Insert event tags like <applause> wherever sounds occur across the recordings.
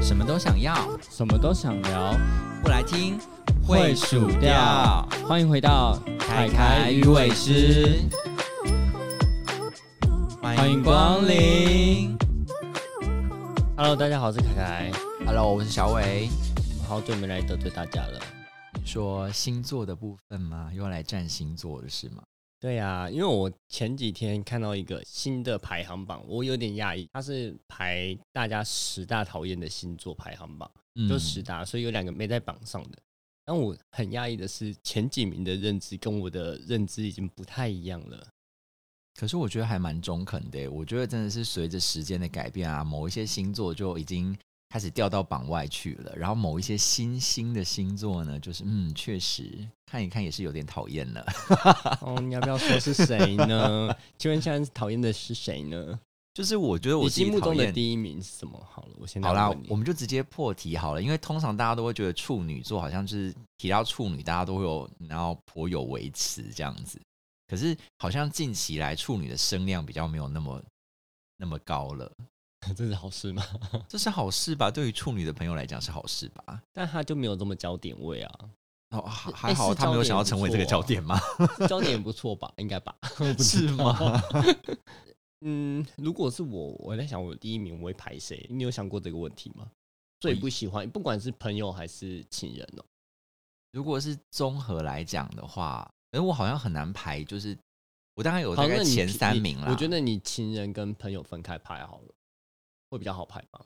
什么都想要，什么都想聊，不来听会数掉。欢迎回到凯凯与伟师，欢迎光临。Hello，大家好，我是凯凯， Hello，我是小伟。好久没来得罪大家了。你说星座的部分吗？又要来占星座的是吗？对呀、因为我前几天看到一个新的排行榜，我有点讶异，它是排大家十大讨厌的星座排行榜，嗯就十大，所以有两个没在榜上的。但我很讶异的是，前几名的认知跟我的认知已经不太一样 <laughs> 了。可是我觉得还蛮中肯的耶，我觉得真的是随着时间的改变啊，某一些星座就已经开始掉到榜外去了，然后某一些新兴的星座呢，就是嗯，确实看一看也是有点讨厌了。哦，你要不要说是谁呢？ <laughs> 请问现在讨厌的是谁呢？ <laughs> 就是我觉得我你自己心目讨中的厌。第一名是什么？好了，我现在好啦问，我你，们 <laughs> 就直接破题好了，因为通常大家都会觉得处女座好像就是提到处女，大家都会有然后颇有微词这样子。可是好像近期来处女的声量比较没有那么那么高了，这是好事吗？这是好事吧？对于处女的朋友来讲是好事吧？但他就没有这么焦点位 <laughs> 啊，哦，还诶还好是他没有想要成为这个焦焦点啊点吗？ <laughs> 焦点不错吧？应该吧？ <laughs> 是吗？嗯，如果是我，我在想我第一名我会排谁？你有想过这个问题吗？最不喜欢，不管是朋友还是情人哦、如果是综合来讲的话，哎，我好像很难排，就是我大概有好，大那概你前你三名啦。我觉得你情人跟朋友分开排好了，会比较好排吧？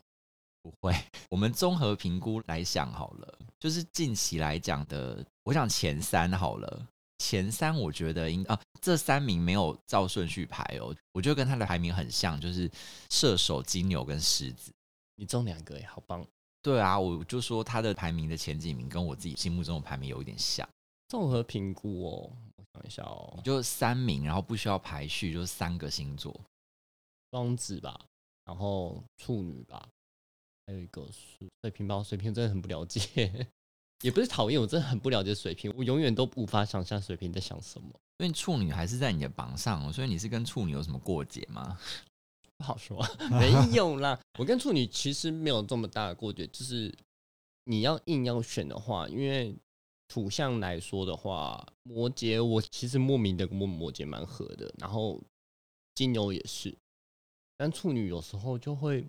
不会，我们综合评估来想好了，就是近期来讲的，我想前三好了。前三我觉得应啊，这三名没有照顺序排哦，我觉得跟他的排名很像，就是射手、金牛跟狮子。你中两个也好棒，对啊，我就说他的排名的前几名跟我自己心目中的排名有一点像，综合评估哦、我想一下哦、就三名，然后不需要排序，就是三个星座。双子吧，然后处女吧，还有一个是水瓶吧。水瓶真的很不了解， <laughs> 也不是讨厌，我真的很不了解水瓶，我永远都无法想象水瓶在想什么，因为处女还是在你的榜上、哦，所以你是跟处女有什么过节吗？不好说。没有啦，我跟处女其实没有这么大的过节，就是你要硬要选的话，因为土象来说的话，摩羯我其实莫名的跟摩羯蛮合的，然后金牛也是，但处女有时候就会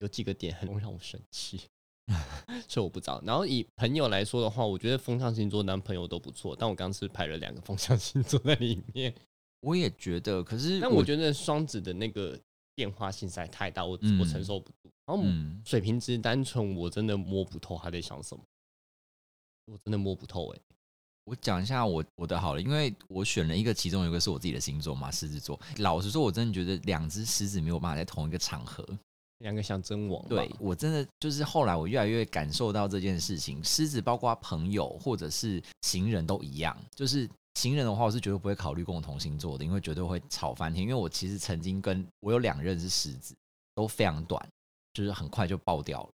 有几个点很容易让我生气。所以我不知道。然后以朋友来说的话，我觉得风象星座男朋友都不错，但我刚刚是排了两个风象星座在里面。我也觉得，可是但我觉得双子的那个变化性实在太大，我、我嗯承受不住。然得后嗯，水瓶之单纯，我真的摸不透他在想什么，我真的摸不透哎、我讲一下我我的好了，因为我选了一个，其中有一个是我自己的星座嘛，狮子座。老实说，我真的觉得两只狮子没有办法在同一个场合。两个像真王吧对我真的就是后来我越来越感受到这件事情，狮子包括朋友或者是情人都一样，就是。情人的话，我是绝对不会考虑共同星座的，因为绝对会吵翻天。因为我其实曾经跟我有两任是狮子，都非常短，就是很快就爆掉了。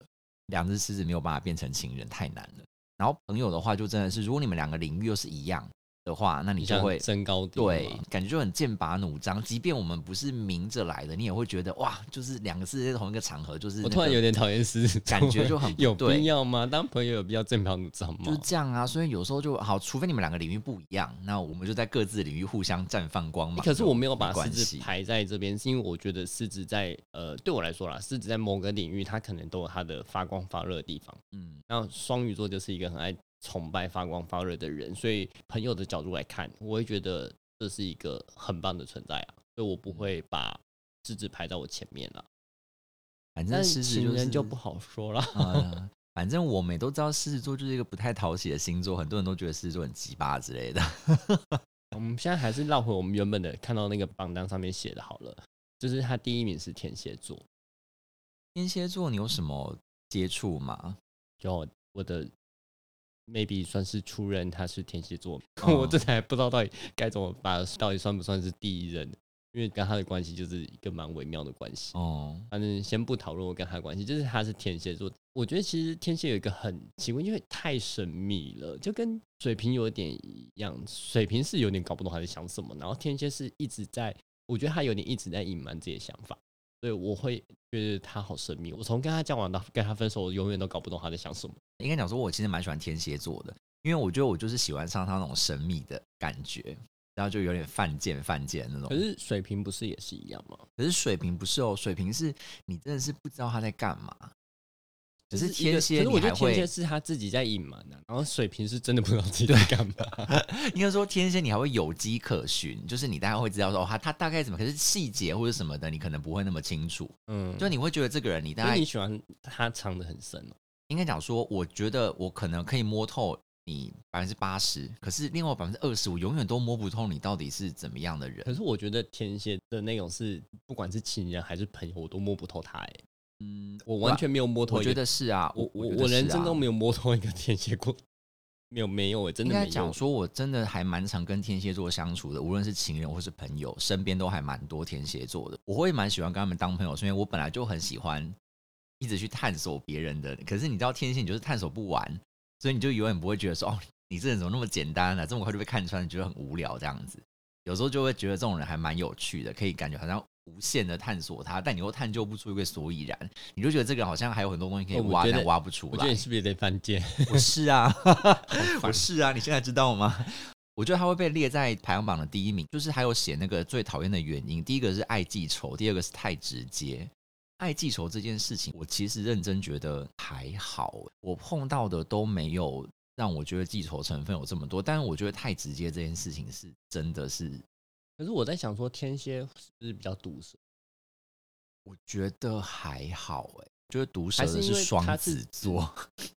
两只狮子没有办法变成情人，太难了。然后朋友的话，就真的是，如果你们两个领域又是一样的话，那你你就像会身高低对嘛，感觉就很剑拔弩张。即便我们不是明着来的，你也会觉得哇，就是两个狮子在同一个场合，就是、我突然有点讨厌狮子座，感觉就很不有对必要吗？当朋友有必要正常主张吗？就是这样啊。所以有时候就好，除非你们两个领域不一样，那我们就在各自领域互相绽放光芒。可是我没有把狮关子系，排在这边，是因为我觉得狮子在呃，对我来说啦，狮子在某个领域，它可能都有它的发光发热的地方。嗯，那双鱼座就是一个很爱崇拜发光发热的人，所以朋友的角度来看，我会觉得这是一个很棒的存在啊，所以我不会把狮子排在我前面了。反正但狮子就情是人就不好说了，呃反正我们也都知道狮子座就是一个不太讨喜的星座，很多人都觉得狮子座很鸡巴之类的。 <laughs> 我们现在还是绕回我们原本的看到那个榜单上面写的好了，就是他第一名是天蝎座，天蝎座，你有什么接触吗？就我的 maybe 算是初 <laughs> 任，他是天蝎座，哦我这才不知道到底该怎么把到底算不算是第一任。因为跟他的关系就是一个蛮微妙的关系。哦，反正先不讨论我跟他的关系，就是他是天蝎座。我觉得其实天蝎有一个很奇怪，因为太神秘了，就跟水瓶有点一样。水瓶是有点搞不懂他在想什么，然后天蝎是一直在，我觉得他有点一直在隐瞒自己的想法，所以我会觉得他好神秘。我从跟他交往到跟他分手，我永远都搞不懂他在想什么。应该讲说，我其实蛮喜欢天蝎座的，因为我觉得我就是喜欢上他那种神秘的感觉，然后就有点犯贱犯贱那种。可是水瓶不是也是一样吗？可是水瓶不是哦，水瓶是你真的是不知道他在干嘛。可就是是一个天蝎，可是我你还觉得天蝎会是他自己在隐瞒啊，然后水瓶是真的不知道自己在 <laughs> 干嘛。应该说天蝎，你还会有迹可循，就是你大概会知道说哦，他他大概怎么，可是细节或者什么的，你可能不会那么清楚。嗯，就你会觉得这个人，你大所概以你喜欢他藏得很深哦。应该讲说，我觉得我可能可以摸透你百分之八十，可是另外百分之二十，我永远都摸不透你到底是怎么样的人。可是我觉得天蝎的那种是，不管是情人还是朋友，我都摸不透他、欸。嗯，我完全没有摸透我一觉个，得是啊，我我我觉得我是人生啊中没有摸透一个天蝎过，没有没有、欸，真应的没该有。讲说，我真的还蛮常跟天蝎座相处的，无论是情人或是朋友，身边都还蛮多天蝎座的。我会蛮喜欢跟他们当朋友，是因为我本来就很喜欢一直去探索别人的。可是你知道天蝎，你就是探索不完，所以你就永远不会觉得说，哦，你这人怎么那么简单啊，这么快就被看穿，你觉得很无聊这样子。有时候就会觉得这种人还蛮有趣的，可以感觉好像无限的探索他，但你又探究不出一个所以然，你就觉得这个人好像还有很多东西可以哦我挖，觉但得挖不出我觉得来你。是不是有点犯 <laughs> 贱？我是 <laughs> 啊，烦我是啊，你现在知道吗？我觉得他会被列在排行榜的第一名，就是还有写那个最讨厌的原因，第一个是爱记仇，第二个是太直接。爱记仇这件事情，我其实认真觉得还好，我碰到的都没有让我觉得记仇成分有这么多，但是我觉得太直接这件事情是真的是，可是我在想说，天蝎是不是比较毒舌？我觉得还好哎、觉得毒舌还是的因为双他是子座，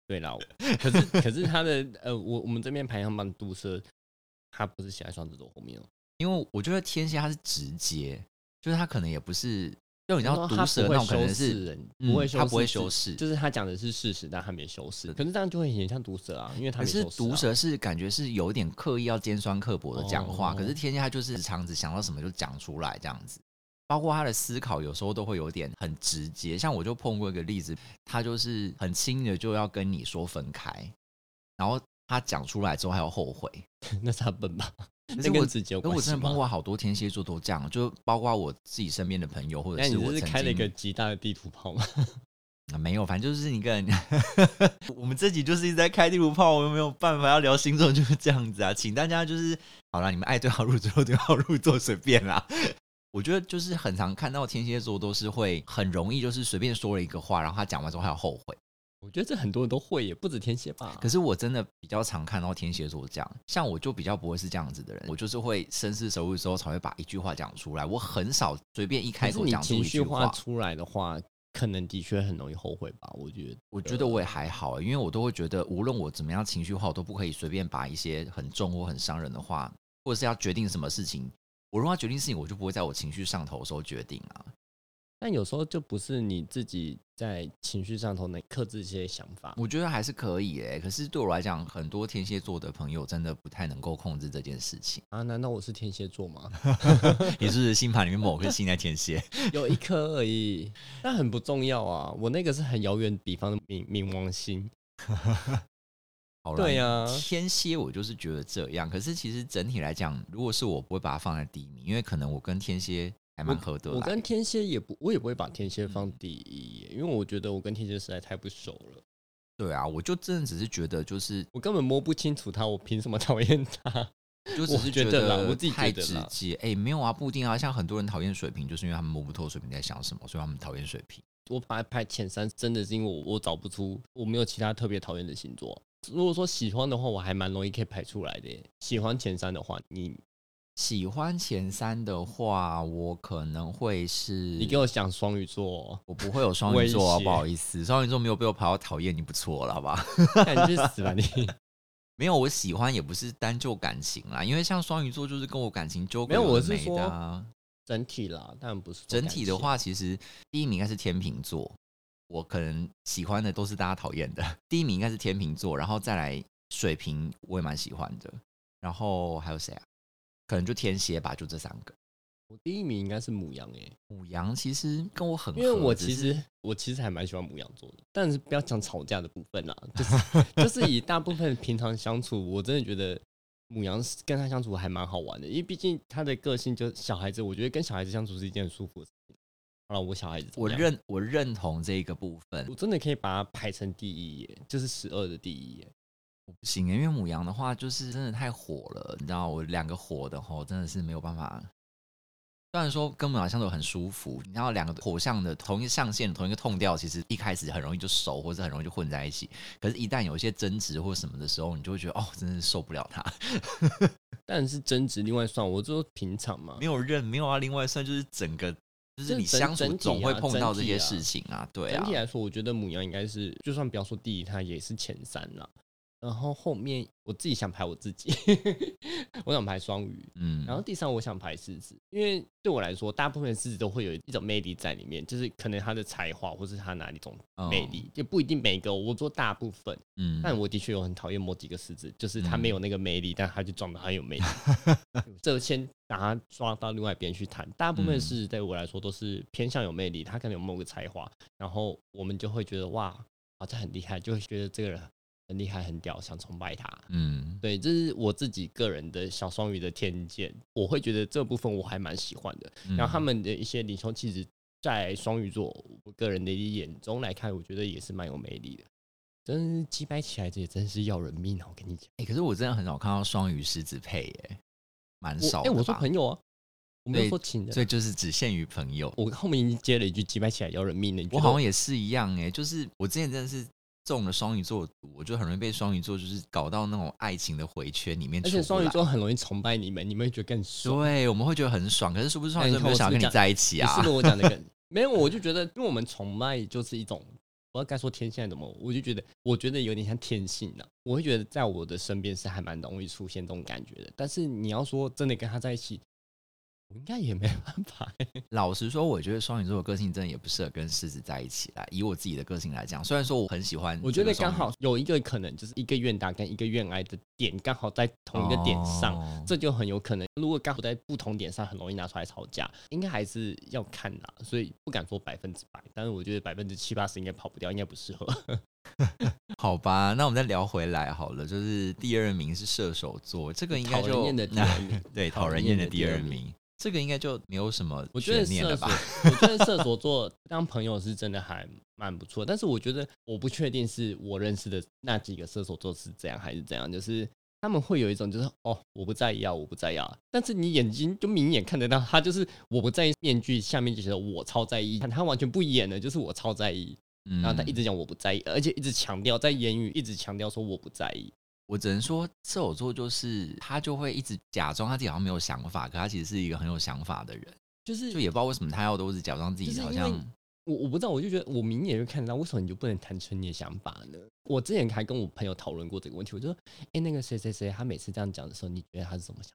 对啦，我可是可是他的呃，我我们这边排行榜毒舌，他不是写在双子座后面哦、因为我觉得天蝎他是直接，就是他可能也不是，就你知然道后毒舌那种可能是人嗯不会修饰自己，他不会修饰嗯就是他讲的是事实，但他没修饰。可是这样就会很像毒舌啊，因为他可没是修饰啊毒舌是感觉是有一点刻意要尖酸刻薄的讲话，哦可是天蝎他就是直肠子想到什么就讲出来这样子，包括他的思考有时候都会有点很直接。像我就碰过一个例子，他就是很轻易的就要跟你说分开，然后他讲出来之后还要后悔。那是他笨吧？可那是跟我。直接有可关我系真的碰吗？过好多天蝎座都这样，就包括我自己身边的朋友，或者那你是这我是曾开了一经个极大的地图炮吗？ <laughs> 啊没有，反正就是一个人。 <laughs> 我们这集就是一直在开地图炮，我又没有办法要聊星座，就是这样子啊。请大家就是好啦，你们爱对号入座，对号入座，随便啦。 <laughs> 我觉得就是很常看到天蝎座都是会很容易，就是随便说了一个话，然后他讲完之后还有后悔。我觉得这很多人都会，也不止天蝎吧。可是我真的比较常看到天蝎座这样，像我就比较不会是这样子的人，我就是会深思熟虑之后才会把一句话讲出来，我很少随便一开可是口你讲出情一绪句化话。出来的话，可能的确很容易后悔吧。我觉得，我觉得我也还好、欸因为我都会觉得，无论我怎么样情绪化，我都不可以随便把一些很重或很伤人的话，或者是要决定什么事情，我如果要决定事情，我就不会在我情绪上头的时候决定啊。但有时候就不是你自己在情绪上头能克制一些想法。我觉得还是可以欸诶、可是对我来讲，很多天蝎座的朋友真的不太能够控制这件事 <laughs> 情。啊，难道我是天蝎座吗？ <laughs> 也是星盘里面某颗星在天蝎，有一颗而已，那很不重要啊。我那个是很遥远地方的冥冥王星。好啦对啊呀、天蝎我就是觉得这样，可是其实整体来讲，如果是我不会把它放在第一名，因为可能我跟天蝎还蛮合得我来。嗯跟天蝎也不，我也不会把天蝎放第一耶，因为我觉得我跟天蝎实在太不熟了，对啊，我就真的只是觉得就是我根本摸不清楚他，我凭什么讨厌他？ <laughs> 就只是我觉得啦我自己觉太得直啦接。哎、没有啊，不一定啊。像很多人讨厌水瓶，就是因为他们摸不透水瓶在想什么，所以他们讨厌水瓶。我把它排前三，真的是因为我我找不出，我没有其他特别讨厌的星座。如果说喜欢的话，我还蛮容易可以排出来的耶。喜欢前三的话，嗯你喜欢前三的话，我可能会是你给我想双鱼座、哦 <laughs> 我不会有双鱼座、啊，威胁不好意思，双鱼座没有被我排到讨厌，你不错了，好 <laughs> 吧？哦，感觉死吧你！ <laughs> 没有，我喜欢也不是单就感情啦，因为像双鱼座就是跟我感情纠葛没有我的是没的啊。整体啦，当然不是说整体的感情话，其实第一名应该是天秤座，我可能喜欢的都是大家讨厌的。 <laughs> 第一名应该是天秤座，然后再来水瓶，我也蛮喜欢的。然后还有谁啊？可能就天蝎吧，就这三个。我第一名应该是母羊诶、母羊其实跟我很合，因为我只其是实我其实还蛮喜欢母羊座的，但是不要讲吵架的部分啦，就是 <laughs> 就是以大部分平常相处，我真的觉得母羊是跟他相处还蛮好玩的，因为毕竟他的个性就是小孩子，我觉得跟小孩子相处是一件很舒服的事情。好了，我小孩子怎我么样认我认同这个部分我，真的可以把它排成第一耶，就是十二的第一耶。我不行，因为母羊的话就是真的太火了，你知道，我两个火的吼，真的是没有办法。虽然说跟母羊相处很舒服，你知道两个火象的同一象限、同一个痛调，其实一开始很容易就熟，或者很容易就混在一起。可是，一旦有一些争执或什么的时候，你就会觉得哦，真的是受不了他，但是争执另外算，我就说平常嘛 <laughs> 没，有认，没有啊。另外算就是整个，就是你整相处整体啊总会碰到这些整体啊事情啊，对整啊体。来说，我觉得母羊应该是，就算不要说第一，它也是前三啦。然后后面我自己想排我自己， <laughs> 我想排双鱼，嗯，然后第三我想排狮子，因为对我来说，大部分的狮子都会有一种魅力在里面，就是可能他的才华或是他哪里种魅力，也不一定每个，我说大部分，哦嗯，但我的确有很讨厌某几个狮子，就是他嗯没有那个魅力，但他就装的很 <laughs> 有魅力。这先把它抓到另外一边去谈。大部分嗯狮子对我来说都是偏向有魅力，他可能有某个才华，然后我们就会觉得哇，啊，这很厉害，就会觉得这个人很厉害、很屌，想崇拜他。嗯，对，这是我自己个人的小双鱼的天见，我会觉得这部分我还蛮喜欢的。嗯然后他们的一些领袖气质，在双鱼座，我个人的眼中来看，我觉得也是蛮有魅力的。真是击败起来，这也真是要人命啊！我跟你讲，哎、可是我真的很少看到双鱼狮子配耶、蛮我少哎、的吧。我说朋友啊，我没有对说情人。所以就是只限于朋友。我后面已经接了一句“击败起来要人命”了，你觉我得好像也是一样哎、就是我之前真的是中了双鱼座的毒，我就很容易被双鱼座就是搞到那种爱情的回圈里面而出不来。且双鱼座很容易崇拜你们，你们会觉得更爽。对，我们会觉得很爽，可是是不是双鱼那座没哎你看有我想是要跟不你是在一起也啊是？嗯跟我讲的更没有，我就觉得，因为我们崇拜就是一种，我要该说天性还是怎么，我就觉得，我觉得有点像天性啊。我会觉得，在我的身边是还蛮容易出现这种感觉的。但是你要说真的跟他在一起， <laughs> 我应该也没办法、老实说，我觉得双鱼座的个性真的也不适合跟狮子在一起啦。以我自己的个性来讲，虽然说我很喜欢这个双鱼， <laughs> 我觉得刚 <laughs> 好有一个可能，就是一个愿打跟一个愿挨的点刚好在同一个点上，哦这就很有可能。如果刚好在不同点上，很容易拿出来吵架，应该还是要看啦。所以不敢说百分之百，但是我觉得百分之七八十应该跑不掉，应该不适合。好吧，那我们再聊回来好了。就是第二名是射手座，这个应该讨就嗯人厌的第二名对讨人厌的第二名，这个应该就没有什么我觉得悬念射了手吧？， <laughs> 我觉得射手座当朋友是真的还蛮不错，但是我觉得我不确定是我认识的那几个射手座是这样还是怎样，就是他们会有一种就是哦我不在意啊，我不在意啊，但是你眼睛就明眼看得到，他就是我不在意面具下面就觉得我超在意，他完全不演了，就是我超在意，嗯然后他一直讲我不在意，而且一直强调在言语一直强调说我不在意，我只能说，射手座就是他就会一直假装他自己好像没有想法，可他其实是一个很有想法的人，就是就也不知道为什么他要都是假装自己就是好因像为我我不知道，我就觉得我明眼就看得到，为什么你就不能谈成你的想法呢？我之前还跟我朋友讨论过这个问题，我就说，哎、那个谁谁谁，他每次这样讲的时候，你觉得他是怎么想？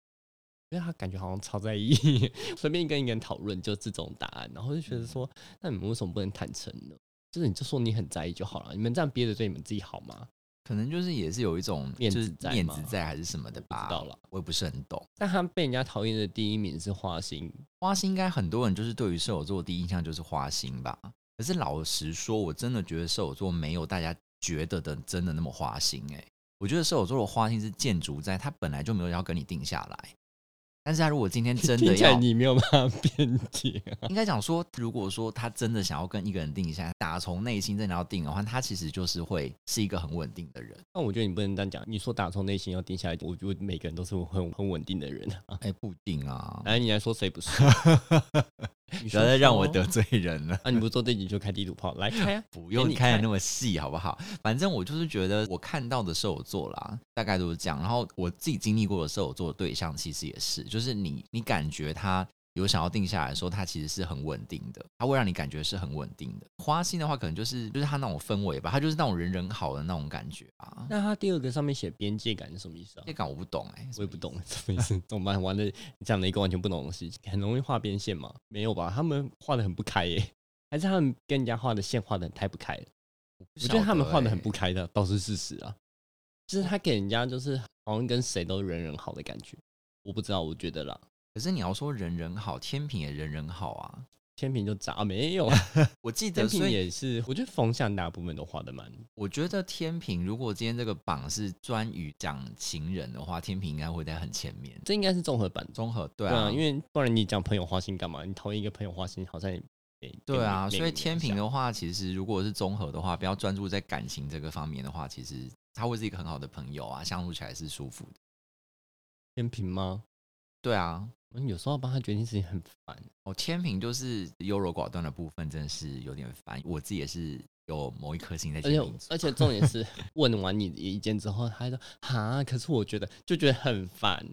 因为他感觉好像超在意， <laughs> 随便跟一个人讨论就这种答案，然后就嗯觉得说，那你们为什么不能坦诚呢？就是你就说你很在意就好了，你们这样憋着对你们自己好吗？可能就是也是有一种面就子是在面吗子在还是什么的吧，不知道啦我也不是很懂。但他被人家讨厌的第一名是花心，花心应该很多人就是对于射手座的第一印象就是花心吧，可是老实说，我真的觉得射手座没有大家觉得的真的那么花心哎、我觉得射手座的花心是建筑在他本来就没有要跟你定下来，但是他如果今天真的 <laughs> 听起来要你没有办法 <laughs> 辩解、啊。应该讲说，如果说他真的想要跟一个人定一下，打从内心真的要定的话，他其实就是会是一个很稳定的人。但我觉得你不能这样讲，你说打从内心要定下来，我觉得每个人都是很很稳定的人啊。哎、不一定啊，来，你来说谁不是？ <laughs> 不你说要再让我说得罪人了。啊！你不做这集就开地图炮，来开啊！不用你看的看那么细，好不好？反正我就是觉得我看到的射手座啦，大概都是这样。然后我自己经历过的射手座的对象，其实也是，就是你你感觉他有想要定下来的时候，他其实是很稳定的，他会让你感觉是很稳定的。花心的话，可能就是就是他那种氛围吧，他就是那种人人好的那种感觉啊。那他第二个上面写边界感是什么意思啊这？感我不懂哎、我也不懂什么意思， <laughs> 怎么办？玩的讲了一个完全不懂的事情，很容易画边线吗？没有吧？他们画的很不开耶、还是他们跟人家画的线画的太不开了？我不晓欸，觉得他们画的很不开的，倒是事实啊。就是他给人家就是好像跟谁都人人好的感觉，我不知道，我觉得啦，可是你要说人人好，天平也人人好啊。天平就渣、啊没有， <laughs> 我记得，天所平以也是，我觉得风向大部分都画的蛮我觉得天平如果今天这个榜是专于讲情人的话，天平应该会在很前面。这应该是综合版。综合对对啊，啊，因为不然你讲朋友花心干嘛？你讨厌一个朋友花心，好像也也对啊，也没所以天平没影响的话，其实如果是综合的话，不要专注在感情这个方面的话，其实他会是一个很好的朋友啊，相处起来是舒服的。天平吗？对啊，嗯有时候帮他决定事情很烦，哦，天平就是优柔寡断的部分，真的是有点烦。我自己也是有某一颗星在而天且平座，而且重点是 <laughs> 问完你的意见之后，他还说哈，可是我觉得就觉得很烦，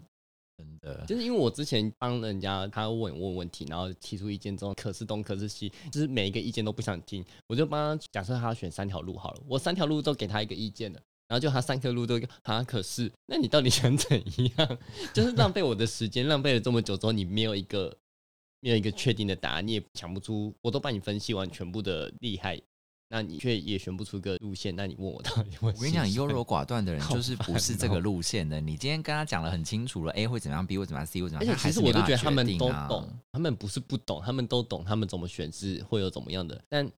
真的就是因为我之前帮人家他问问问题，然后提出意见之后，可是东可是西，就是每一个意见都不想听，我就帮他假设他选三条路好了，我三条路都给他一个意见了。然后就他三条路都一个哈，可是那你到底想怎样？ <laughs> 就是浪费我的时间，浪费了这么久之后，你没有一个没有一个确定的答案，你也想不出。我都帮你分析完全部的厉害，那你却也选不出个路线。那你问我到底 <laughs> 我我跟你讲，优柔寡断的人好哦就是不是这个路线的。你今天跟他讲了很清楚了，A 会怎么样，B 会怎么样，C 会怎么而样，且啊他还其是实我没都办觉法得他们决都定啊懂，他们不是不懂，他们都懂，他们怎么选是会有怎么样的，但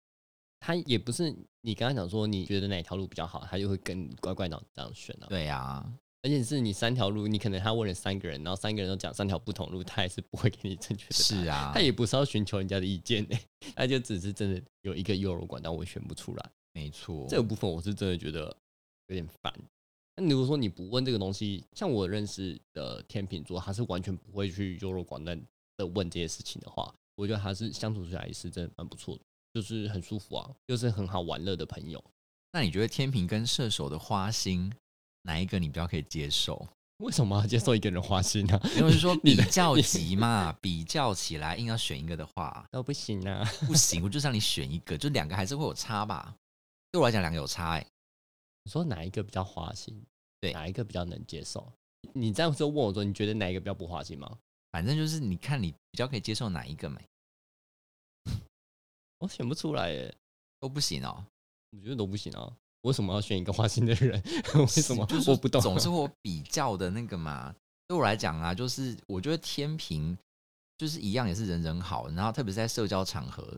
他也不是你刚刚讲说你觉得哪条路比较好，他就会跟乖乖党这样选啊。对啊，而且是你三条路，你可能他问了三个人，然后三个人都讲三条不同路，他也是不会给你正确的答案。是啊他，也不是要寻求人家的意见呢、 <laughs> 他就只是真的有一个优柔寡断，我选不出来。没错，这个部分我是真的觉得有点烦。那如果说你不问这个东西，像我认识的天秤座，他是完全不会去优柔寡断的问这些事情的话，我觉得还是相处起来是真的蛮不错的，就是很舒服啊，又是很好玩乐的朋友。 <laughs> 那你觉得天平跟射手的花心哪一个你比较可以接 <laughs> 受？为什么要接受一个人花心 <laughs> 呢、因为是说比你的较级嘛， <laughs> 比较起来硬要选一个的话，都不行啊，不行，我就让你选一个，就两个还是会有差吧。对我来讲，两个有差哎、 <laughs> 你说哪一个比较花心？对哪一个比较能接受？你这样子问我说，你觉得哪一个比较不花心吗？反正就是你看你比较可以接受哪一个没我选不出来耶，都不行哦。我觉得都不行啊。为什么要选一个花心的人？ <laughs> 为什么就是？我不懂。总是会有比较的那个嘛。对我来讲啊，就是我觉得天平就是一样也是人人好，然后特别是在社交场合，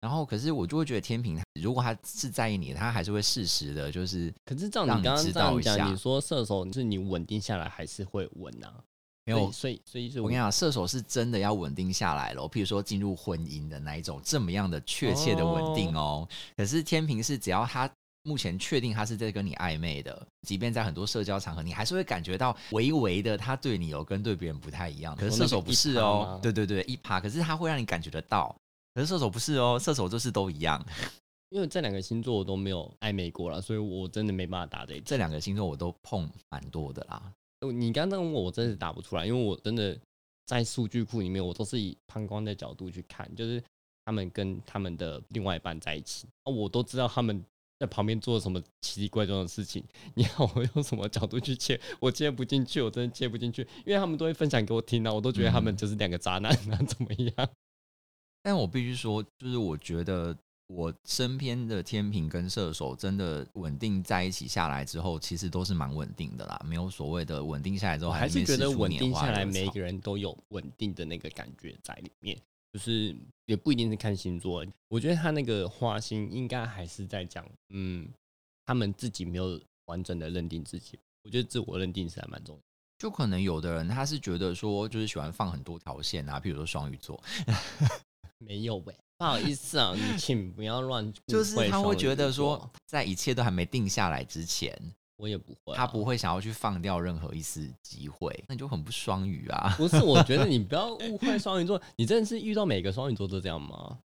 然后可是我就会觉得天平，如果他是在意你，他还是会适时的，就是可是照你让你刚刚知这道样一下讲，你说射手是你稳定下来还是会稳啊？没有。所以所以所以是我跟你讲，射手是真的要稳定下来了，譬如说进入婚姻的那一种，这么样的确切的稳定哦。可是天平是只要他目前确定他是在跟你暧昧的，即便在很多社交场合，你还是会感觉到微微的他对你有跟对别人不太一样。可是射手不是那个一趴哦吗，对对对，一趴，可是他会让你感觉得到。可是射手不是哦，射手就是都一样。因为这两个星座我都没有暧昧过了，所以我真的没办法答这一题。这两个星座我都碰蛮多的啦，你刚刚问我，我真的答不出来，因为我真的在数据库里面，我都是以旁观的角度去看，就是他们跟他们的另外一半在一起，啊我都知道他们在旁边做什么奇奇怪状的事情。你要我用什么角度去切？我切不进去，我真的切不进去，因为他们都会分享给我听啊，我都觉得他们嗯就是两个渣男啊，怎么样？但我必须说，就是我觉得我身边的天平跟射手真的稳定在一起下来之后，其实都是蛮稳定的啦，没有所谓的稳定下来之后我还是是觉得稳定下来，每没一个人都有稳定的那个感觉在里面，就是也不一定是看星座。我觉得他那个花心应该还是在讲，嗯，他们自己没有完整的认定自己。我觉得自我认定是还蛮重要的。就可能有的人他是觉得说，就是喜欢放很多条线啊，譬如说双鱼座，嗯没有喂、不好意思啊，你请不要乱误会就是他会双鱼觉得说座，，在一切都还没定下来之前，我也不会啊、他不会想要去放掉任何一丝机会，那你就很不双鱼啊。不是，我觉得你不要误会双鱼座，你真的是遇到每个双鱼座都这 <laughs> 样吗？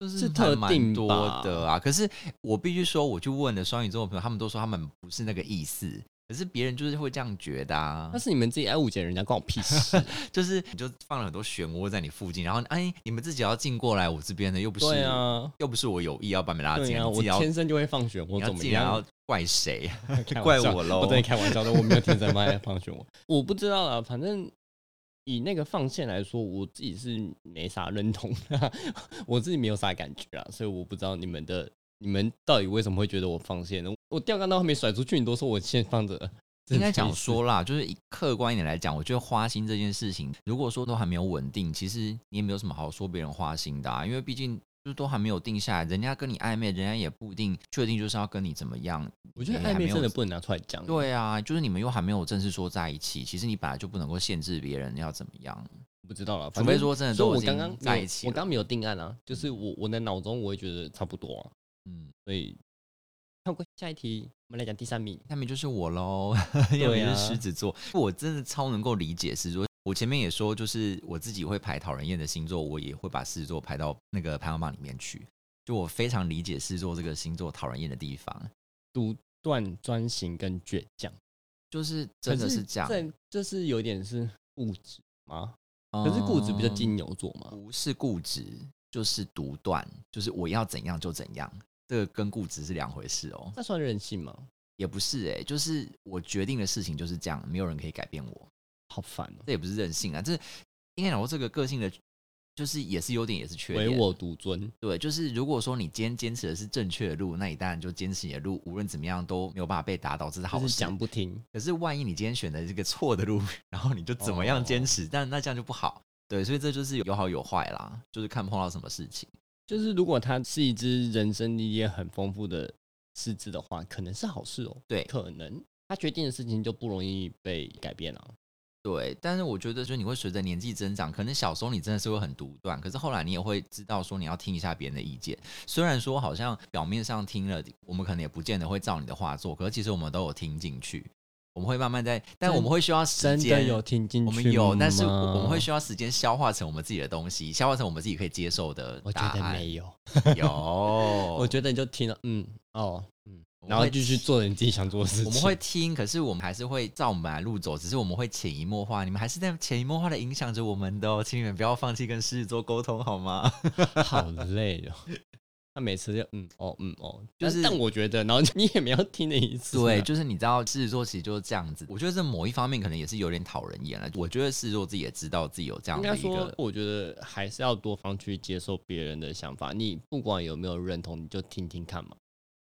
就是是还特蛮定多吧的啊。可是我必须说，我去问了双鱼座的朋友，他们都说他们不是那个意思。可是别人就是会这样觉得啊那，是你们自己爱误解人家，关我 <laughs> 屁事。就是你就放了很多漩涡在你附近，然后哎，你们自己要进过来我这边的，又不是、对啊，又不是我有意要把你们拉对进来，啊，你自我己要天生就会放血，我你要怎么进来样要？怪谁？ <laughs> 开玩怪笑哦我喽我在开玩笑的，我没有天生麦放漩我， <laughs> 我不知道啦，反正以那个放线来说，我自己是没啥认同的， <laughs> 我自己没有啥感觉啊，所以我不知道你们的你们到底为什么会觉得我放线呢？我钓竿都还没甩出去，你都说我线放着，应该讲说啦，就是以客观一点来讲，我觉得花心这件事情，如果说都还没有稳定，其实你也没有什么好说别人花心的啊，因为毕竟就是都还没有定下来，人家跟你暧昧，人家也不一定确定就是要跟你怎么样。我觉得你暧还没昧有真的不能拿出来讲。对啊，就是你们又还没有正式说在一起，其实你本来就不能够限制别人要怎么样。不知道了，除反非正说真的所以都我已刚经刚没在有一起我了刚刚没有定案啊，就是我我的脑中我也觉得差不多啊，嗯，所以跳过下一题，我们来讲第三名，下面就是我喽， <laughs> 因对为啊我是狮子座，我真的超能够理解狮子座。我前面也说，就是我自己会排讨人厌的星座，我也会把狮子座排到那个排行榜里面去。就我非常理解狮子座这个星座讨人厌的地方，独断专行跟倔强，就是真的可是是这样。这这是有点是固执吗？可是固执不就嗯金牛座吗？不是固执，就是独断，就是我要怎样就怎样。这个跟固执是两回事哦，那算任性吗？也不是哎、就是我决定的事情就是这样，没有人可以改变我。好烦哦，这也不是任性啊，这应该讲说这个个性的，就是也是优点也是缺唯点。我独尊，对，就是如果说你今天坚持的是正确的路，那你当然就坚持你的路，无论怎么样都没有办法被打倒，这是好就是事。讲不听，可是万一你今天选的这个错的路，然后你就怎么样坚哦持，但那这样就不好。对，所以这就是有好有坏啦，就是看碰到什么事情。就是如果他是一只人生历练很丰富的狮子的话，可能是好事哦，对可能他决定的事情就不容易被改变啊了、对，但是我觉得，就你会随着年纪增长，可能小时候你真的是会很独断，可是后来你也会知道说你要听一下别人的意见。虽然说好像表面上听了，我们可能也不见得会照你的话做，可是其实我们都有听进去，我们会慢慢在，但我们会需要时真的间。有听进去我吗，们有，但是我我们会需要时间消化成我们自己的东西，消化成我们自己可以接受的我答觉得案。哦没有， <laughs> 有，我我觉得你就听了，嗯，哦，嗯，我们然后会继续做你自己想做的事情。我们会听，可是我们还是会照我们本来路走，只是我们会潜移默化。你们还是在潜移默化的影响着我们的哦，请你们不要放弃跟狮子座沟通好吗？ <laughs> 好累 <laughs> 哦。他每次就嗯哦嗯哦，就但是但我觉得，然后 <laughs> 你也没有听的意思啊。对，就是你知道狮子座其实就是这样子。我觉得这某一方面可能也是有点讨人厌了。我觉得狮子座自己也知道自己有这样应的该一个说，我觉得还是要多方去接受别人的想法。你不管有没有认同，你就听听看嘛。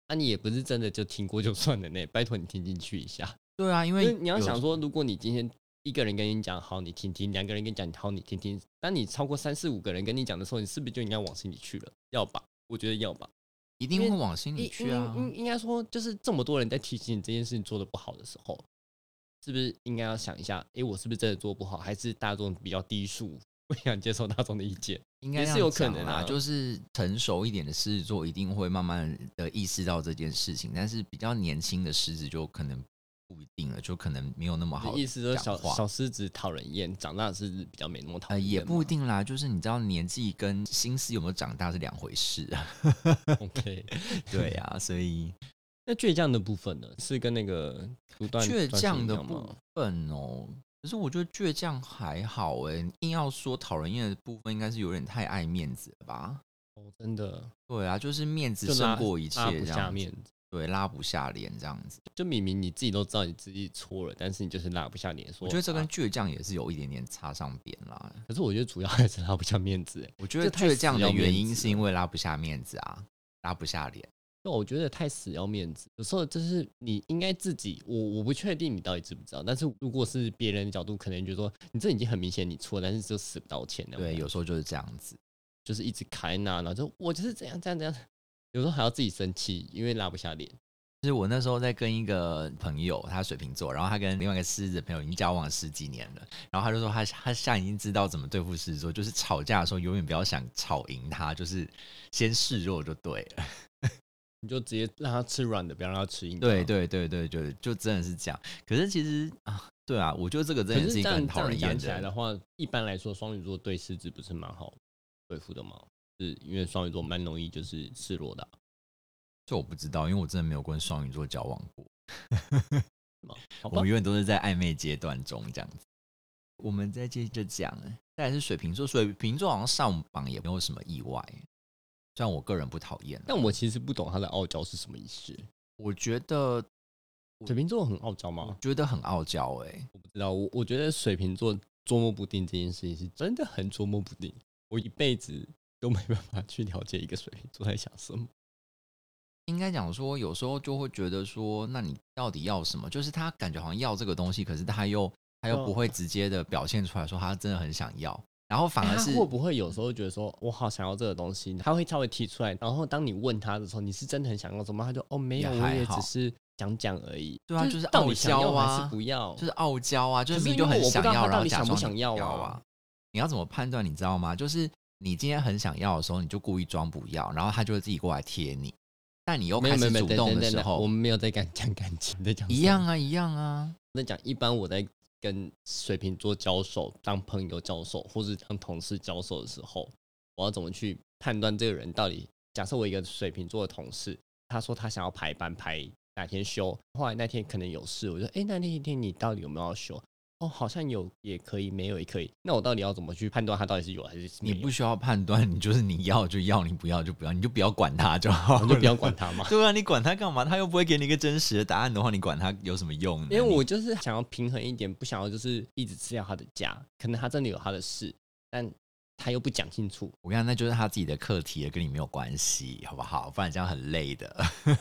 那、你也不是真的就听过就算了呢，拜托你听进去一下。对啊，因因为为你要有想说，如果你今天一个人跟你讲好，你听听；两个人跟你讲好，你听听。当你超过三四五个人跟你讲的时候，你是不是就应该往心里去了？要吧，我觉得要吧。一定会往心里应去啊应。应应该说，就是这么多人在提醒你这件事情做的不好的时候，是不是应该要想一下，诶，我是不是真的做不好，还是大众比较低俗，不想接受大众的意见？应该也是这样有可讲能啦，啊就是成熟一点的狮子座一定会慢慢的意识到这件事情，但是比较年轻的狮子就可能不一定了，就可能没有那么你好的意思就是讲小话小狮子讨人厌，长大的狮子比较没那么讨呃，人厌也嘛、不一定啦，就是你知道年纪跟心思有没有长大是两回事啊。 <laughs> OK，对啊，所以那倔强的部分呢，是跟那个不断倔强的部部分哦，可是我觉得倔强还好哎、硬要说讨人厌的部分，应该是有点太爱面子了吧？哦，真的对啊，就是面子就拉胜过一切拉这不下样子，面子，对，拉不下脸这样子。就明明你自己都知道你自己错了，但是你就是拉不下脸说。我觉得这跟啊倔强也是有一点点插上边啦。可是我觉得主要还是拉不下面子，哎，我觉得这太倔强死的要原面因子是因为拉不下面子啊，拉不下脸。就我觉得太死要面子，有时候就是你应该自己，我我不确定你到底知不知道，但是如果是别人的角度，可能就说你这已经很明显你错，但是就死不道歉那种对，感觉有时候就是这样子。就是一直开那，然后就我就是怎样怎样怎样，有时候还要自己生气，因为拉不下脸。就是我那时候在跟一个朋友，他水瓶座，然后他跟另外一个狮子的朋友已经交往了十几年了，然后他就说他他现在已经知道怎么对付狮子座，就是吵架的时候永远不要想吵赢他，就是先示弱就对了。 <laughs> 你就直接让他吃软的，不要让他吃硬的。啊对，对对对对，就真的是这样。可是其实啊，对啊，我觉得这个真可的是是一这个很样讨这样人厌讲起来的的。话，一般来说双鱼座对狮子不是蛮好对付的吗？是因为双鱼座蛮容易就是示弱的啊、就我不知道，因为我真的没有跟双鱼座交往过，是吗？好我吧们，永远都是在暧昧阶段中这样子。我们再接着讲，再来是水瓶座，水瓶座好像上榜也没有什么意外，虽然我个人不讨厌啦。啊但我其实不懂他的傲娇是什么意思。我觉得，水瓶座很傲娇吗？我觉得很傲娇哎、我不知道，我我觉得水瓶座捉摸不定这件事情是真的很捉摸不定，我一辈子都没办法去了解一个水瓶座在想什么。应该讲说，有时候就会觉得说，那你到底要什么？就是他感觉好像要这个东西，可是他又他又哦不会直接的表现出来说他真的很想要，然后反哎而他是、会不会有时候觉得说，我好想要这个东西，他会稍微提出来，然后当你问他的时候，你是真的很想要什么？他就哦没有，也我还也好只是讲讲而已。对啊就就是到傲底想要娇啊还是不要？就是傲娇啊，就是可是明明就因为很我不想知道要，他然到后底假想装不你想不要要啊啊？你要怎么判断？你知道吗？就是你今天很想要的时候，你就故意装不要，然后他就会自己过来贴你。但你又没开有没始有没有主等动等的等时等，我候，们没有在讲讲感情，在讲一什么样啊，一样啊，在讲，一般我在跟水瓶座交手、当朋友交手，或是当同事交手的时候，我要怎么去判断这个人到底？假设我一个水瓶座的同事，他说他想要排班排哪天休，后来那天可能有事，我就说，哎、那那一天你到底有没有要休？哦，好像有也可以，没有也可以。那我到底要怎么去判断他到底是有还是你没有？不需要判断，你就是你要就要，你不要就不要，你就不要管他就好，我就不要管。他嘛 <laughs> 。对啊，你管他干嘛？他又不会给你一个真实的答案的话，你管他有什么用呢？因为我就是想要平衡一点，不想要就是一直吃掉他的家。可能他真的有他的事，但他又不讲清楚，我跟你讲，那就是他自己的课题了，跟你没有关系，好不好？不然这样很累的。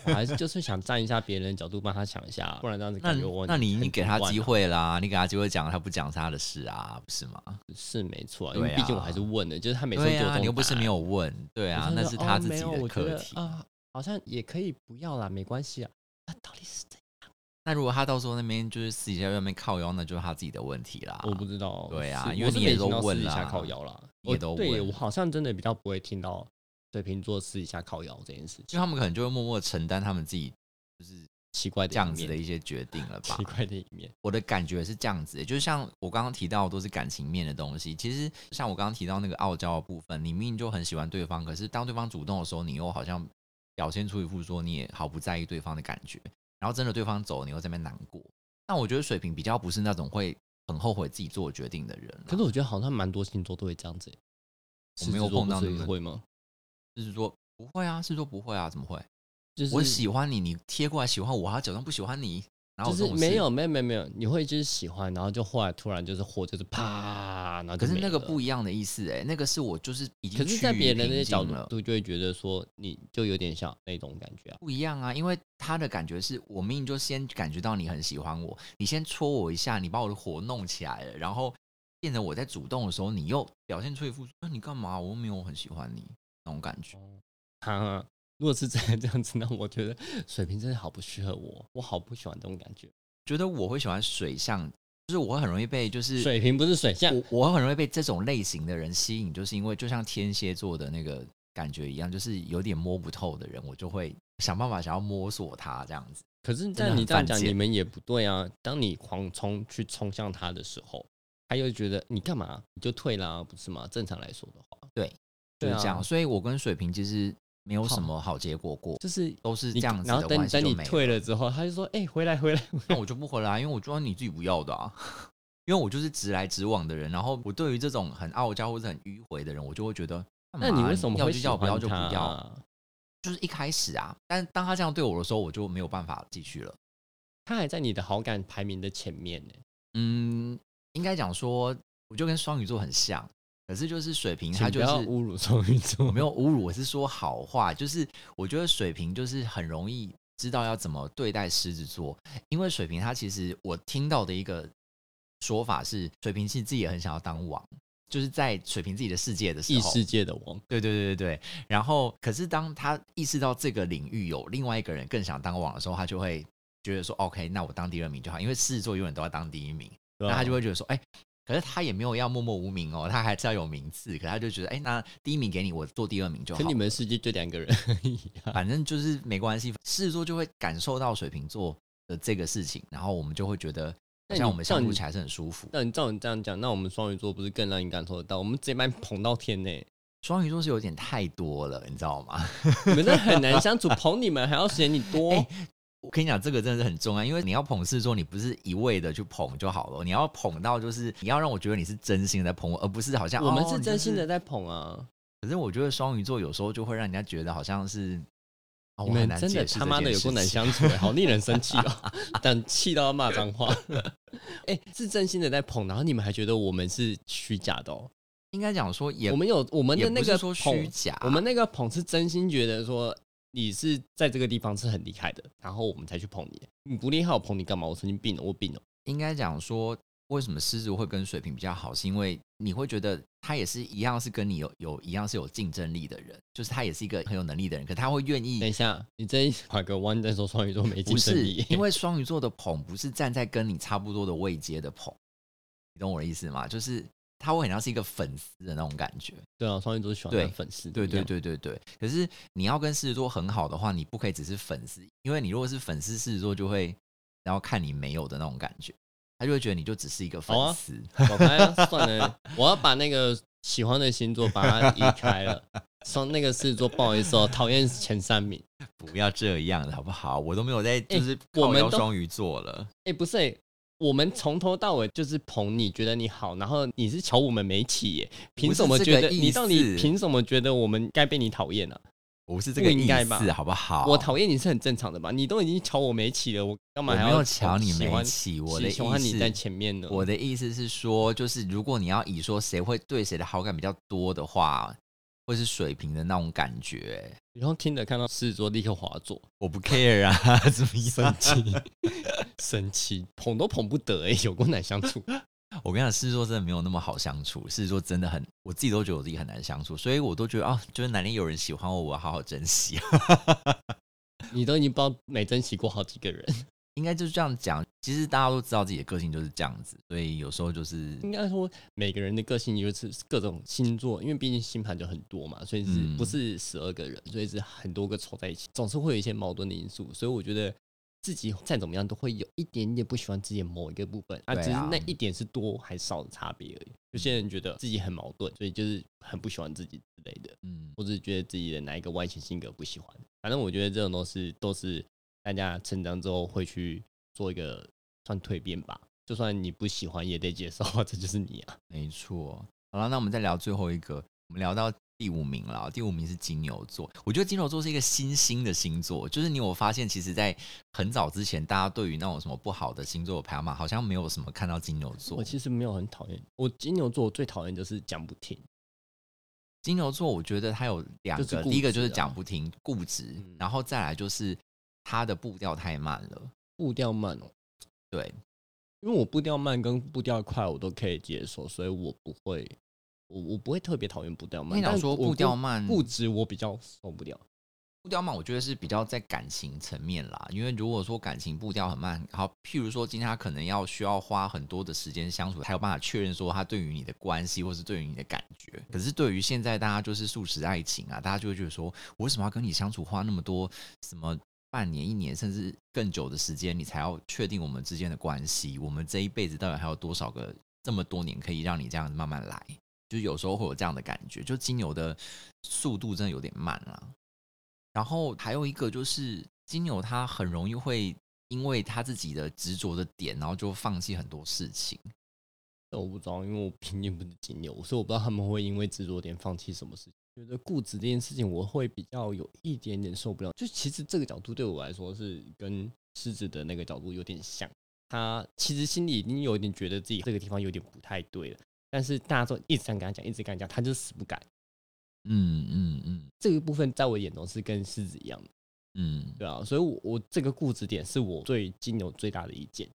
我还是就是想站一下别人的角度帮他想一下，不然这样子那感觉我那你你给他机会会啦，你给他机会讲，他不讲是他的事啊，不是吗？是没错、啊，对啊因为毕竟我还是问的，就是他每次都对给我这啊，种你又不是答案没有问，对啊，我就那说是哦他自没己有的我觉课得题。啊，好像也可以不要啦，没关系啊。那到底是怎那如果他到时候那边就是私底下在那边靠腰，那就是他自己的问题啦。样？我不知道。对啊是因为我是你也没听都到问私底啦下靠腰啦，你也都我对问我好像真的比较不会听到水瓶座私底下靠腰这件事就情，他们可能就会默默承担他们自己就是奇怪的这样一子面的一些决定了 <laughs> 吧奇。怪的一面。我的感觉是这样子、欸就是像我刚刚提到的都是感情面的东西。其实像我刚刚提到那个傲娇的部分，你明明就很喜欢对方，可是当对方主动的时候，你又好像表现出一副说你也毫不在意对方的感觉，然后真的对方走了，你又在那边难过。但我觉得水瓶比较不是那种会很后悔自己做决定的人啊啦，可是我觉得好像蛮多星座都会这样子、欸。我没有狮子座碰到不那是也么会吗？就是说不会啊，是说不会啊，怎么会？就是我喜欢你，你贴过来喜欢我，还要假装不喜欢你，然后就是没有没有没有没有，你会就是喜欢，然后就后来突然就是火就是啪，然后就可是没那个了不，一样的意思哎、那个是我就是已经可是在趋于别人的平角静了度就会觉得说你就有点像那种感觉啊，不一样啊，因为他的感觉是我明明就先感觉到你很喜欢我，你先戳我一下，你把我的火弄起来了，然后变得我在主动的时候，你又表现出一副说、那你干嘛？我又没有很喜欢你那种感觉。 <laughs> 啊，如果是真的这样子，那我觉得水瓶真的好不适合我，我好不喜欢这种感觉。觉得我会喜欢水象，就是我会很容易被就是水瓶不是水象，我我会很容易被这种类型的人吸引，就是因为就像天蝎座的那个感觉一样，就是有点摸不透的人，我就会想办法想要摸索他这样子。可是的但很你这样犯讲，贱你们也不对啊。当你狂冲去冲向他的时候，他又觉得你干嘛？你就退啦，不是吗？正常来说的话，对，就对是啊，这样，所以我跟水瓶其实没有什么好结果过，就是都是这你样子然的后等关系等就你没了退了之后，他就说：“哎、回来回来。 <laughs> 那我就不回来，因为我就说你自己不要的啊。 <laughs> 因为我就是直来直往的人，然后我对于这种很傲娇或者很迂回的人，我就会觉得，”那你为什么要会就喜要，欢不他要就啊？不要？就是一开始啊，但当他这样对我的时候，我就没有办法继续了。他还在你的好感排名的前面呢、嗯，应该讲说，我就跟双鱼座很像，可是就是水瓶，他请就不要是侮辱双鱼座，我没有侮辱，我是说好话，就是我觉得水瓶就是很容易知道要怎么对待狮子座，因为水瓶他其实我听到的一个说法是，水瓶其实自己也很想要当王，就是在水瓶自己的世界的时异候，世界的王。对对对对对。然后，可是当他意识到这个领域有另外一个人更想当王的时候，他就会觉得说，OK，那我当第二名就好，因为狮子座永远都要当第一名，对那吧他就会觉得说，哎、可是他也没有要默默无名哦，他还是要有名次。可他就觉得，哎、那第一名给你，我做第二名就好可了。你们世界就两 <laughs> 个人而已啊。反正就是没关系，狮子座就会感受到水瓶座的这个事情，然后我们就会觉得，好那像你我们相像处你起来是很舒服。那你照你这样讲，那我们双鱼座不是更让你感受得到？我们直接把你捧到天呢、双鱼座是有点太多了，你知道吗？ <laughs> 你们这很难 <laughs> 相处，捧你们还要嫌你多。哎我跟你讲，这个真的是很重要，因为你要捧狮座，你不是一味的去捧就好了，你要捧到就是你要让我觉得你是真心的在捧我，而不是好像我们哦是你就真心的是在捧啊，可是我觉得双鱼座有时候就会让人家觉得好像是，哦、我你很们难真的解释他妈这件的有多事难情相处、欸， <laughs> 好令人生气哦，但气到要骂脏话。 <laughs> 哎、是真心的在捧，然后你们还觉得我们是虚假的哦。应该讲说也我们有我们也的不那是个说捧虚假，我们那个捧是真心觉得说你是在这个地方是很厉害的，然后我们才去捧你。你不厉害，我捧你干嘛？我曾经病了，我病了。应该讲说，为什么狮子会跟水瓶比较好，是因为你会觉得他也是一样是跟你有有一样是有竞争力的人，就是他也是一个很有能力的人，可他会愿意等一下，你这一拐个弯再说双鱼座嗯没不竞争是力，因为双鱼座的捧不是站在跟你差不多的位阶的捧，你懂我的意思吗？就是他会很像是一个粉丝的那种感觉。对啊，双鱼座喜欢对当粉丝，对对一样，对对对。可是你要跟狮子座很好的话，你不可以只是粉丝，因为你如果是粉丝，狮子座就会然后看你没有的那种感觉，他就会觉得你就只是一个粉好啊丝。 <laughs> 我开啊算了，我要把那个喜欢的星座把它移 <laughs> 开了。双那个狮子座，不好意思哦，讨厌前三名。不要这样好不好？我都没有在就是我靠们邀都双鱼座了。哎、不是、欸，我们从头到尾就是捧你，觉得你好，然后你是瞧我们没起耶，凭什不么是觉这得个你意到思底凭什么觉得我们该被你讨厌呢？我不是这个不应意该吧思，好不好？我讨厌你是很正常的吧？你都已经瞧我没起了，我哦我干嘛还没要有瞧你喜没欢起，我的意喜欢你在思，前面呢？我的意思是说，就是如果你要以说谁会对谁的好感比较多的话，会是水平的那种感觉。以后听着看到狮子座立刻滑座，我不 care 啊， <laughs> 怎么生样？气， <laughs> 生气，捧都捧不得哎、有过难相处。我跟你讲，狮子座真的没有那么好相处，狮子座真的很，我自己都觉得我自己很难相处，所以我都觉得啊，就是哪天有人喜欢我，我要好好珍惜。啊你都已经不知道没珍惜过好几个人， <laughs> 应该就是这样讲。其实大家都知道自己的个性就是这样子，所以有时候就是应该说每个人的个性就是各种星座，因为毕竟星盘就很多嘛，所以是嗯不是十二个人，所以是很多个凑在一起，总是会有一些矛盾的因素。所以我觉得自己再怎么样都会有一点点不喜欢自己的某一个部分，啊，对啊只是那一点是多还少的差别而已。有些人觉得自己很矛盾，所以就是很不喜欢自己之类的。嗯，或是觉得自己的哪一个外形性格不喜欢。反正我觉得这种东西都是大家成长之后会去做一个算蜕变吧。就算你不喜欢也得接受啊， <laughs> 这就是你啊。没错。好了，那我们再聊最后一个，我们聊到第五名了。第五名是金牛座，我觉得金牛座是一个新兴的星座，就是你有发现，其实，在很早之前，大家对于那种什么不好的星座的排行榜，好像没有什么看到金牛座我。其实没有很讨厌，我金牛座我最讨厌就是讲不听，金牛座，我觉得它有两就是个，固第一个就是执啊讲不听，固执，嗯然后再来就是他的步调太慢了。步调慢哦。对，因为我步调慢跟步调快我都可以接受，所以我不会，我我不会特别讨厌步调跟慢。你讲但说我步调慢，不止我比较受不了。步调慢，我觉得是比较在感情层面啦。因为如果说感情步调很慢，好，譬如说今天他可能要需要花很多的时间相处，才有办法确认说他对于你的关系，或是对于你的感觉。可是对于现在大家就是素食爱情啊，大家就会觉得说，我为什么要跟你相处花那么多什么？半年、一年，甚至更久的时间，你才要确定我们之间的关系。我们这一辈子到底还有多少个这么多年可以让你这样慢慢来？就有时候会有这样的感觉，就金牛的速度真的有点慢啦。然后还有一个就是金牛，他很容易会因为他自己的执着的点，然后就放弃很多事情。但我不知道，因为我毕竟不是金牛，所以我不知道他们会因为执着点放弃什么事情。觉得固执这件事情，我会比较有一点点受不了。就其实这个角度对我来说是跟狮子的那个角度有点像，他其实心里已经有一点觉得自己这个地方有点不太对了，但是大家都一直想跟他讲，一直跟他讲，他就死不改。嗯嗯嗯这个部分在我眼中是跟狮子一样的。嗯，对啊，所以我我这个固执点是我对金牛最大的意见。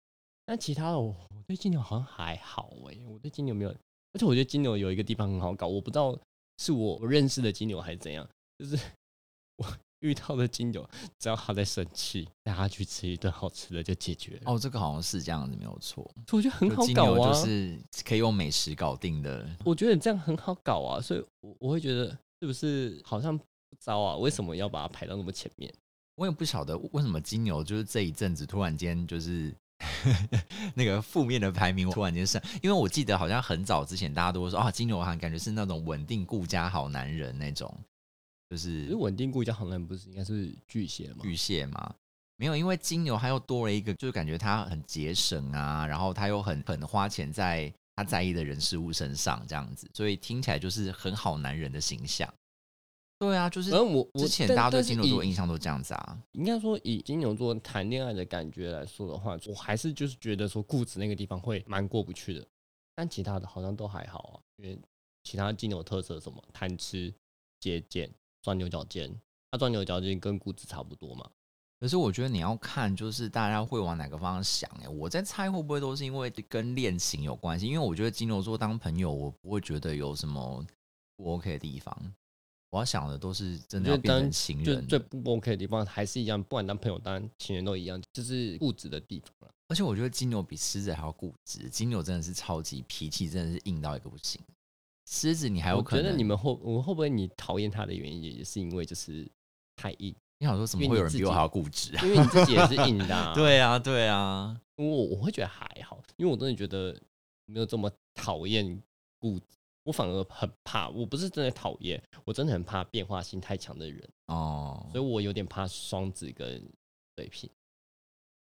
但其他的我我对金牛好像还好哎、我对金牛没有，而且我觉得金牛有一个地方很好搞，我不知道是我认识的金牛还是怎样，就是 <laughs> 我遇到的金牛，只要他在生气，带他去吃一顿好吃的就解决了，哦，这个好像是这样子，没有错。所以我觉得很就好金搞牛啊，就是可以用美食搞定的。我觉得这样很好搞啊，所以我我会觉得是不是好像不糟啊？为什么要把它排到那么前面？我也不晓得为什么金牛就是这一阵子突然间就是 <laughs> 那个负面的排名突然间上，因为我记得好像很早之前大家都会说啊，金牛好像感觉是那种稳定顾家好男人那种，就可是是稳定顾家好男不是应该是巨蟹吗？巨蟹嘛，没有，因为金牛他又多了一个，就是感觉他很节省啊，然后他又很很花钱在他在意的人事物身上，这样子，所以听起来就是很好男人的形象。对啊，就是反正我我之前但大家但对是金牛座以的印象都这样子啊。应该说以金牛座谈恋爱的感觉来说的话，我还是就是觉得说固执那个地方会蛮过不去的，但其他的好像都还好啊，因为其他金牛特色什么贪吃、节俭、钻牛角尖，那钻牛角尖跟估值差不多嘛。可是我觉得你要看，就是大家会往哪个方向想、欸。哎，我在猜会不会都是因为跟恋情有关系？因为我觉得金牛座当朋友，我不会觉得有什么不 OK 的地方。我要想的都是真的要我觉得变成当情就是人，最不 OK 的地方还是一样，不管当朋友当情人都一样，就是固执的地方了。啊而且我觉得金牛比狮子还要固执，金牛真的是超级脾气，真的是硬到一个不行。狮子你还有我可觉能，得你们会，我会不会你讨厌他的原因也是因为就是太硬，你想说怎么因为会有你人自比我己还要固执 <laughs> 啊？。，因为你自己也是硬的、<laughs> 啊对啊，对啊，我我会觉得还好，因为我真的觉得没有这么讨厌固执，我反而很怕。我不是真的讨厌，我真的很怕变化性太强的人，哦，所以我有点怕双子跟水瓶，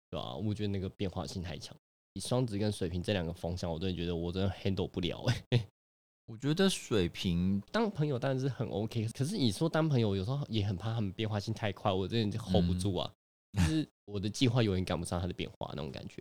对吧、我觉得那个变化性太强。以双子跟水瓶这两个风向，我真的觉得我真的 handle 不了、欸。 <laughs> 我觉得水瓶当朋友当然是很 OK，可是你说当朋友有时候也很怕他们变化性太快，我真的 hold 不嗯住啊。就是我的计划永远赶不上他的变化那种感觉。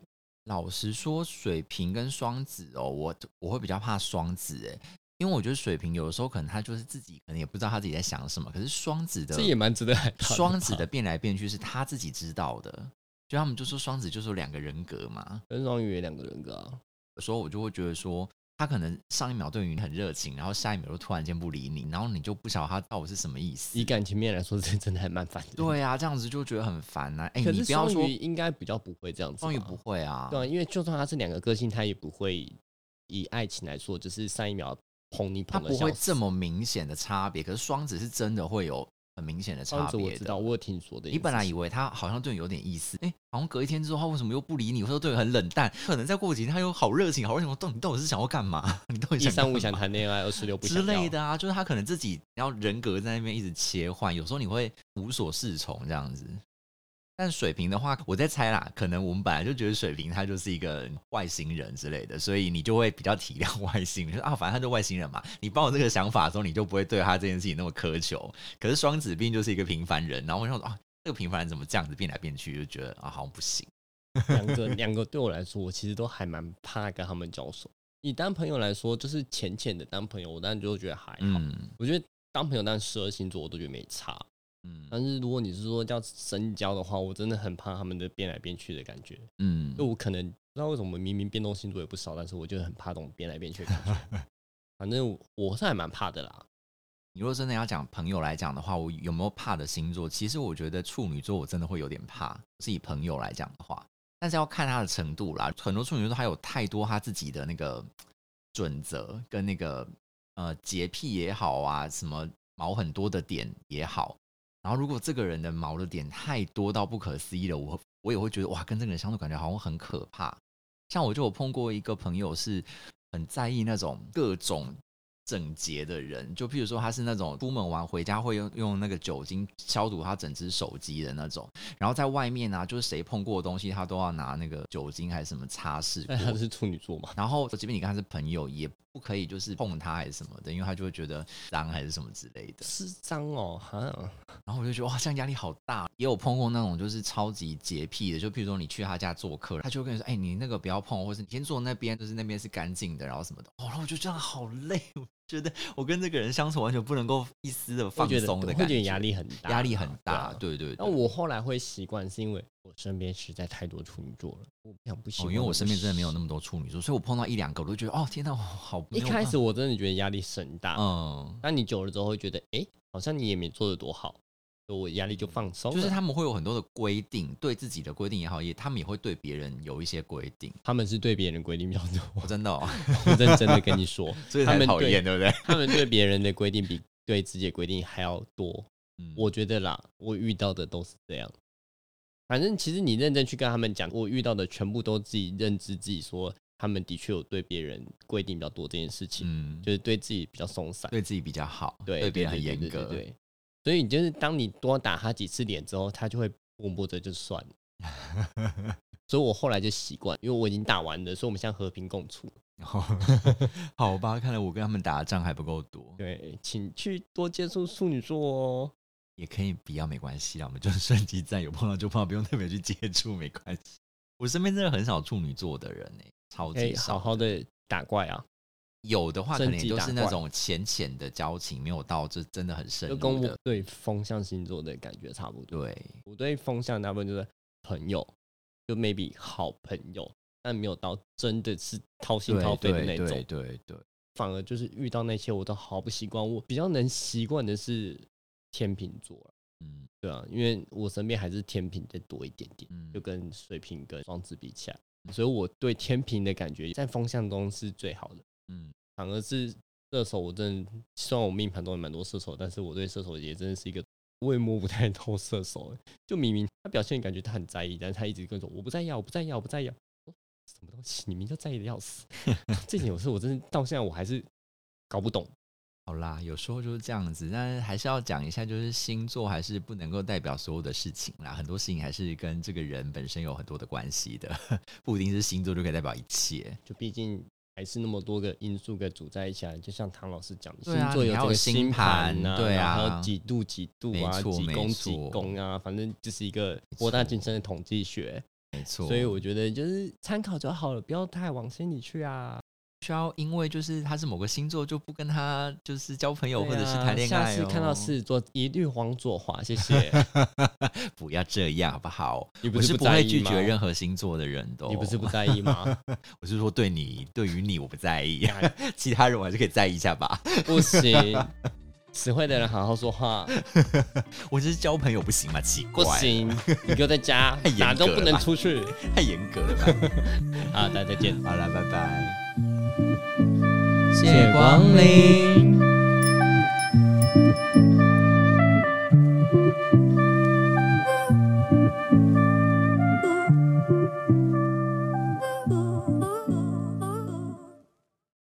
老实说，水瓶跟双子哦，我我会比较怕双子哎，因为我觉得水瓶有的时候可能他就是自己可能也不知道他自己在想什么，可是双子的这也蛮值 <laughs> 得害怕吧双子的变来变去是他自己知道的，就他们就说双子就是有两个人格嘛，跟双鱼也两个人格啊，有时候我就会觉得说。他可能上一秒对你很热情，然后下一秒就突然间不理你，然后你就不晓得他到底是什么意思以。感情面来说， <laughs> 这真的还蛮烦的。，对啊，这样子就觉得很烦呐、哎、可你是不要双说鱼应该比较不会这样子吧，双鱼不会啊，对啊，因为就算他是两个个性，他也不会以爱情来说，就是上一秒捧你它捧的不会这么明显的差别，可是双子是真的会有很明显的双差子我别知的。道，我有听说的。你本来以为他好像对你有点意思，哎、好像隔一天之后他为什么又不理你，或者对你很冷淡？可能再过几天他又好热情，好热情，我到你到底是想要干嘛？ <laughs> 你到底一想三五干想嘛谈恋爱，二四六不想之类要。的啊？就是他可能自己然后人格在那边一直切换，有时候你会无所适从这样子。但水瓶的话，我在猜啦，可能我们本来就觉得水瓶他就是一个外星人之类的，所以你就会比较体谅外星人，就说啊，反正他就外星人嘛。你抱着这个想法的时候，你就不会对他这件事情那么苛求。可是双子并就是一个平凡人，然后我想说啊，这个平凡人怎么这样子变来变去，就觉得啊，好像不行。两个两个对我来说，我其实都还蛮怕跟他们交手。以当朋友来说，就是浅浅的当朋友，我当然就觉得还好。嗯我觉得当朋友，但十二星座我都觉得没差。嗯但是如果你是说要深交的话，我真的很怕他们的变来变去的感觉。嗯就，我可能不知道为什么明明变动星座也不少，但是我就很怕这种变来变去的感觉。 <laughs> 反正我我是还蛮怕的啦。你如果真的要讲朋友来讲的话，我有没有怕的星座？其实我觉得处女座我真的会有点怕，是以朋友来讲的话，但是要看他的程度啦。很多处女座他有太多他自己的那个准则跟那个呃洁癖也好啊，什么毛很多的点也好。然后如果这个人的毛的点太多到不可思议了，我我也会觉得哇，跟这个人相处感觉好像很可怕。像我就有碰过一个朋友是很在意那种各种整洁的人，就譬如说他是那种出门玩回家会用用那个酒精消毒他整只手机的那种，然后在外面啊，就是谁碰过的东西，他都要拿那个酒精还是什么擦拭过但。他是处女座嘛，然后，呃即便你跟他是朋友，也不可以就是碰他还是什么的，因为他就会觉得脏还是什么之类的。是脏哦，哈，然后我就觉得哇，这样压力好大。也有碰过那种就是超级洁癖的，就譬如说你去他家做客，他就会跟你说：“哎、你那个不要碰，或是你先坐那边，就是那边是干净的，然后什么 <laughs> 的。”哦，然后我就这样好累，我觉得我跟这个人相处完全不能够一丝的会放觉得松的会感觉，觉得压力很大，压力很对大。哦啊对对对，那我后来会习惯，是因为我身边实在太多处女座了，我不想不喜哦，欢、因为我身边真的没有那么。么多处女座，所以我碰到一两个我都觉得哦，天哪，我好没一有开办始啊我真的觉得压力很法大，嗯。那、你久了之后会觉得，哎、好像你也没做的多好，所以我压力就放松了。就是他们会有很多的规定，对自己的规定也好，也他们也会对别人有一些规定。他们是对别人规定比较 <laughs> 多，我真的、 <laughs> 哦，我认真的跟你说，所以他才们讨对厌，对不对？他们对别人的规定比对自己的规定还要多。嗯我觉得啦，我遇到的都是这样。反正其实你认真去跟他们讲，我遇到的全部都自己认知自己说，他们的确有对别人规定比较多这件事情，嗯就是对自己比较松散。对自己比较好，对，对别人很严对格，对 <laughs> 对所以你就是当你多打他几次脸之后，他就会默默的就算了。 <laughs> 所以我后来就习惯，因为我已经打完了，所以我们现在和平共处。然后好吧，看来我跟他们打的仗还不够多，对，请去多接触处女座哦。也可以不要没关系啦，我们就顺其自然，有碰到就碰到，不用特别去接触，没关系。我身边真的很少处女座的人呢、超可级以少，好好的打怪啊。有的话，可能也升级都打是那怪种浅浅的交情，没有到就真的很深就入跟我的。对风象星座的感觉差不多。对，我对风象大部分就是朋友，就 maybe 好朋友，但没有到真的是掏心掏对肺对的那对种。对对，反而就是遇到那些我都毫不习惯，我比较能习惯的是天秤座啦嗯对啊，因为我身边还是天秤再多一点点，嗯就，跟水瓶跟双子比起来，所以我对天秤的感觉在风象中是最好的，嗯反而是射手，我真的虽然我命盘中有蛮多射手，但是我对射手也真的是一个我也摸不太透射手欸，就明明他表现感觉他很在意，但是他一直跟我说我不在意啊，我不在意啊，我不在意啊，我说什么东西，你明明就在意的要死，这点我是我真的到现在我还是搞不懂，好啦，有时候就是这样子，但还是要讲一下，就是星座还是不能够代表所有的事情啦，很多事情还是跟这个人本身有很多的关系的， <laughs> 不一定是星座就可以代表一切。就毕竟。还是那么多个因素给组在一起啊来，就像唐老师讲的，对啊星座你有还这有个星星盘呐、对然后啊几度几度没啊，错几没宫几错宫啊，反正就是一个没博大错精深的统计学。没错，所以我觉得就是参考就好了，不要太往心里去啊。不需要因为就是他是某个星座就不跟他就是交朋友、对或者是啊谈恋爱、哦。下次看到狮子座一律黄左滑，谢谢。不要这样好不好？你不我是不在会意拒吗绝任何星座的人的哦、 <laughs> 你不是不在意吗？我是说对你，对于你我不在意哎， <laughs> 其他人我还是可以在意一下吧。不行，词汇的人好好说话，我只是交朋友不行吗？奇 <laughs> 不怪，行，你给我在家太严哪都格不了能吧出去太严格了吧？啊！大家再见。好了，拜拜，谢光临。